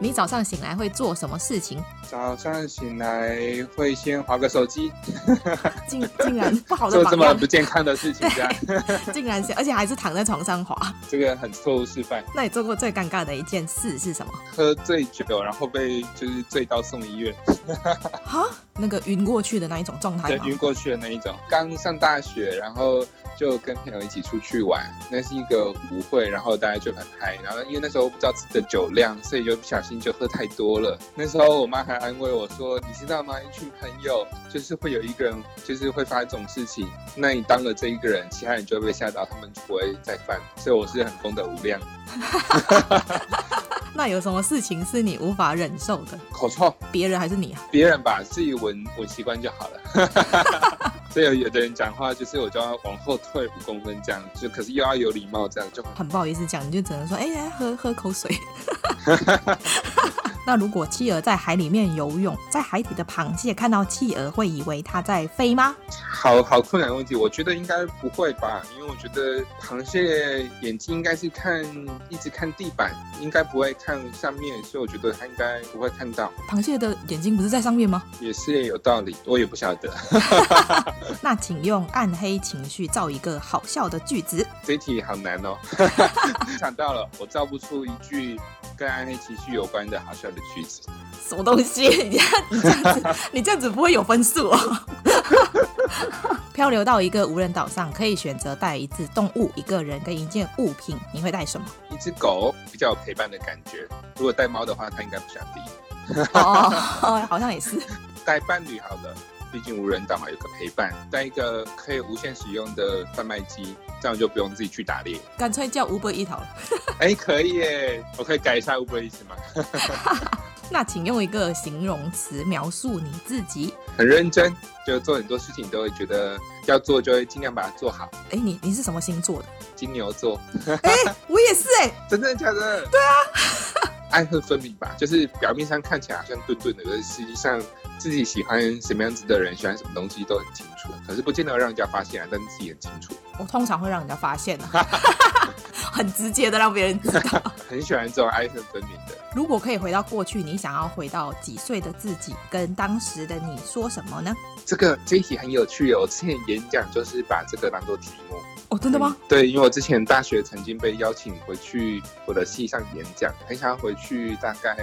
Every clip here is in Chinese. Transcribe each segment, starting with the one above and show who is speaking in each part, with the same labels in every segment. Speaker 1: 你早上醒来会做什么事情？
Speaker 2: 早上醒来会先划个手机，
Speaker 1: 竟竟然不好的
Speaker 2: 做这
Speaker 1: 榜
Speaker 2: 么
Speaker 1: 样
Speaker 2: 不，健康的事情，这样
Speaker 1: 竟然是，而且还是躺在床上滑。
Speaker 2: 这个很错误示范。
Speaker 1: 那你做过最尴尬的一件事是什么？
Speaker 2: 喝醉酒，然后被就是醉到送医院，
Speaker 1: 哈，那个晕过去的那一种状态
Speaker 2: 对
Speaker 1: 吗，？
Speaker 2: 晕过去的那一种。刚上大学，然后就跟朋友一起出去玩，那是一个舞会，然后大家就很嗨。然后因为那时候不知道自己的酒量，所以就不小心就喝太多了。那时候我妈还安慰我说：“你知道吗？一群朋友就是会有一个人 就是会发生这种事情，那你当了这一个人，其他人就会被吓到，他们就不会再犯。”所以我是很功德无量。
Speaker 1: 那有什么事情是你无法忍受的？
Speaker 2: 口臭。
Speaker 1: 别人还是你啊？
Speaker 2: 别人吧，自己闻闻习惯就好了。所以有的人讲话就是我就要往后退五公分这样，就可是又要有礼貌这样，就
Speaker 1: 很不好意思讲，你就只能说，哎、来喝喝口水。那如果企鹅在海里面游泳，在海底的螃蟹看到企鹅，会以为它在飞吗？
Speaker 2: 好好困难的问题。我觉得应该不会吧，因为我觉得螃蟹眼睛应该是看一直看地板，应该不会看上面，所以我觉得它应该不会看到，
Speaker 1: 螃蟹的眼睛不是在上面吗？
Speaker 2: 也是有道理，我也不晓得。
Speaker 1: 那请用暗黑情绪造一个好笑的句子。
Speaker 2: 这一题好难哦，想到了，我造不出一句跟暗黑情绪有关的好笑的句子。
Speaker 1: 什么东西？ 你这样你这样子，你这样子不会有分数哦。 漂流到一个无人岛上，可以选择带一只动物、一个人跟一件物品，你会带什么？
Speaker 2: 一只狗比较有陪伴的感觉。如果带猫的话，它应该不想理。
Speaker 1: 哦，好像也是。
Speaker 2: 带伴侣好了，毕竟无人岛嘛，有个陪伴。带一个可以无限使用的贩卖机，这样就不用自己去打猎。
Speaker 1: 干脆叫吴伯一好了。
Speaker 2: 哎，可以耶！我可以改一下 Uber 意思吗？
Speaker 1: 那请用一个形容词描述你自己。
Speaker 2: 很认真，就做很多事情都会觉得要做，就会尽量把它做好。
Speaker 1: 哎，你你是什么星座的？
Speaker 2: 金牛座，
Speaker 1: 哎，我也是哎。
Speaker 2: 真的假的？对啊，爱恨分明吧， 就是表面上看起来好像钝钝的，可是实际上自己喜欢什么样子的人，喜欢什么东西都很清楚，可是不见得让人家发现啊，但自己很清楚。
Speaker 1: 我通常会让人家发现啊， 很直接的让别人知道。
Speaker 2: 很喜欢这种爱恨分明的。
Speaker 1: 如果可以回到过去，你想要回到几岁的自己，跟当时的你说什么呢？
Speaker 2: 这个这一题很有趣哦，我之前演讲就是把这个当做题目。
Speaker 1: 哦，真的吗？
Speaker 2: 嗯？对，因为我之前大学曾经被邀请回去我的系上演讲，很想要回去，大概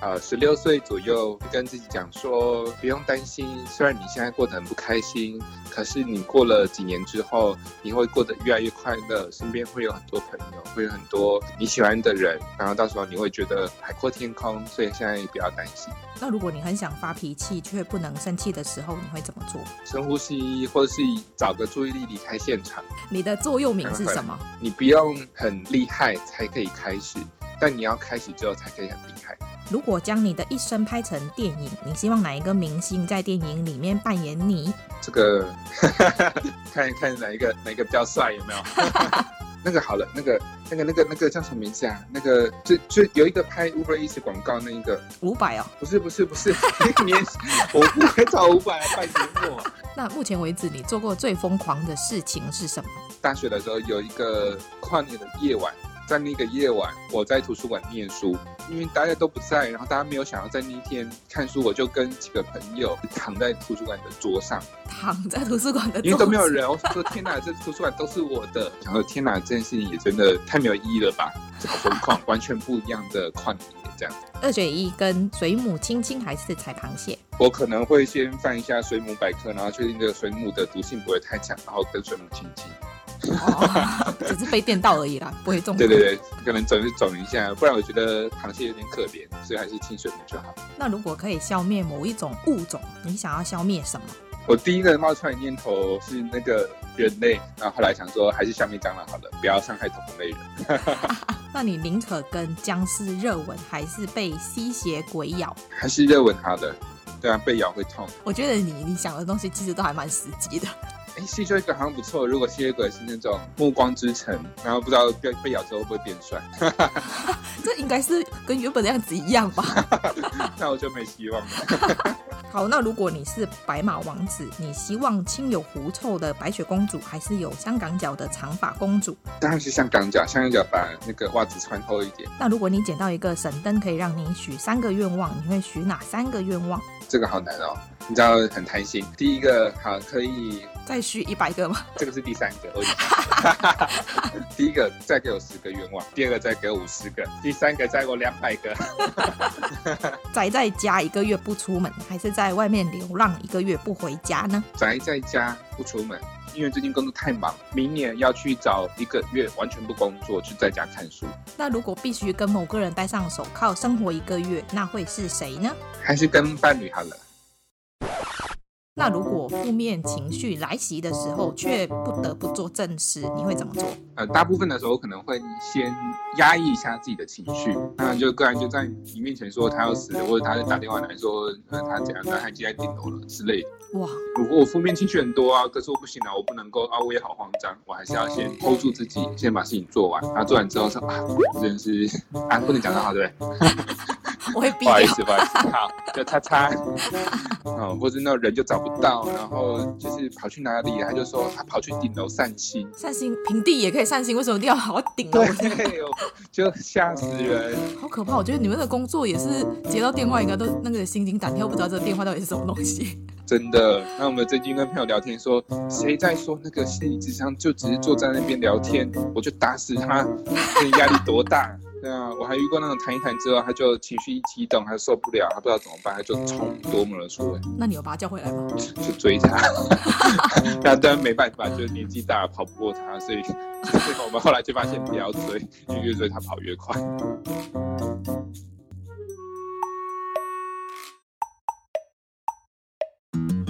Speaker 2: 呃十六岁左右，跟自己讲说不用担心，虽然你现在过得很不开心，可是你过了几年之后，你会过得越来越快乐，身边会有很多朋友，会有很多你喜欢的人，然后到时候你会觉得海阔天空，所以现在不要担心。
Speaker 1: 那如果你很想发脾气却不能生气的时候，你会怎么做？
Speaker 2: 深呼吸，或是找个注意力离开现场。
Speaker 1: 你的座右铭是什 么？
Speaker 2: 你不用很厉害才可以开始，但你要开始之后才可以很厉害。
Speaker 1: 如果将你的一生拍成电影，你希望哪一个明星在电影里面扮演你？
Speaker 2: 这个 看看哪一个哪一个比较帅，有没 有？那个好了，那个那个那个那个叫什么名字啊？那个就就有一个拍 Uber Eats 广告那一个，
Speaker 1: 伍佰哦。
Speaker 2: 不是不是不是， 你也我不会找五百来拜年我。
Speaker 1: 那目前为止，你做过最疯狂的事情是什么？
Speaker 2: 大学的时候有一个跨年的夜晚，在那个夜晚我在图书馆念书，因为大家都不在，然后大家没有想要在那一天看书，我就跟几个朋友躺在图书馆的桌 上，
Speaker 1: 躺在图书馆的
Speaker 2: 因为都没有
Speaker 1: 桌子。
Speaker 2: 人，我想说天哪，这图书馆都是我的，然后天哪，这件事情也真的太没有意义了吧，好疯狂，完全不一样的跨年夜这样。
Speaker 1: 二选一，跟水母亲亲还是踩螃蟹？
Speaker 2: 我可能会先翻一下水母百科，然后确定这个水母的毒性不会太强，然后跟水母亲亲。
Speaker 1: 哦， 只是被电到而已啦，不会中。
Speaker 2: 对对。对，可能整是整一下，不然我觉得螃蟹有点可怜，所以还是清水母就好。
Speaker 1: 那如果可以消灭某一种物种，你想要消灭什么？
Speaker 2: 我第一个冒出来的念头是那个人类，然后后来想说还是消灭蟑螂好了，不要伤害同类人。
Speaker 1: 那你宁可跟僵尸热吻，还是被吸血鬼咬？
Speaker 2: 还是热吻好了，对啊，被咬会痛。
Speaker 1: 我觉得你你想的东西其实都还蛮实际的。
Speaker 2: 哎，吸修一个好像不错。如果吸修一个是那种暮光之城，然后不知道被被咬之后会不会变帅，
Speaker 1: 这应该是跟原本的样子一样吧？
Speaker 2: 那我就没希望了。
Speaker 1: 好，那如果你是白马王子，你希望清有狐臭的白雪公主，还是有香港脚的长发公主？
Speaker 2: 当然是香港脚，香港脚把那个袜子穿透一点。
Speaker 1: 那如果你捡到一个神灯，可以让你许三个愿望，你会许哪三个愿望？
Speaker 2: 这个好难哦，你知道很贪心。第一个好可以，
Speaker 1: 再许一百个吗？
Speaker 2: 这个是第三个，我已经第一个 再给我十个愿望，第二个再给我五十个，第三个再给我两百个。
Speaker 1: 宅在家一个月不出门，还是在外面流浪一个月不回家呢？
Speaker 2: 宅在家不出门，因为最近工作太忙，明年要去找一个月完全不工作，就在家看书。
Speaker 1: 那如果必须跟某个人戴上手铐生活一个月，那会是谁呢？
Speaker 2: 还是跟伴侣好了。
Speaker 1: 那如果负面情绪来袭的时候，却不得不做正事，你会怎么做？
Speaker 2: 呃，大部分的时候我可能会先压抑一下自己的情绪，那就个人就在你面前说他要死了，或者他打电话来说，呃，他怎样，他害进在顶楼了之类的。
Speaker 1: 哇，
Speaker 2: 如果我负面情绪很多啊，可是我不行啊，我不能够啊，我也好慌张，我还是要先 hold 住自己，先把事情做完，然后做完之后说啊，真是啊，不能讲到话对不对？
Speaker 1: 我会
Speaker 2: 不
Speaker 1: 逼哦
Speaker 2: 好意
Speaker 1: 掉。
Speaker 2: 思，不好意思，好，就叉 叉，嗯，或者那人就找不到，然后就是跑去哪里，他就说他跑去顶楼散心，
Speaker 1: 散心平地也可以散心，为什么一定要好顶啊 楼？
Speaker 2: 对，我哎就吓死人。
Speaker 1: 好可怕！我觉得你们的工作也是接到电话，应该都那个心惊胆跳，不知道这个电话到底是什么东西。
Speaker 2: 真的。那我们最近跟朋友聊天说，谁在说那个心理智商，就只是坐在那边聊天，我就打死他，这压力多大？ 对啊，我还遇过那种谈一谈之后，他就情绪一激动，他受不了，他不知道怎么办，他就冲夺门而出，哎
Speaker 1: 那你有把他叫回来吗？
Speaker 2: 就就追他。 那当然没办法，就是年纪大了跑不过他，所以所以我们后来就发现不要追，因为越追他跑越快。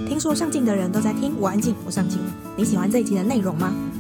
Speaker 1: 听说上镜的人都在听，我安静，我上镜。你喜欢这一集的内容吗？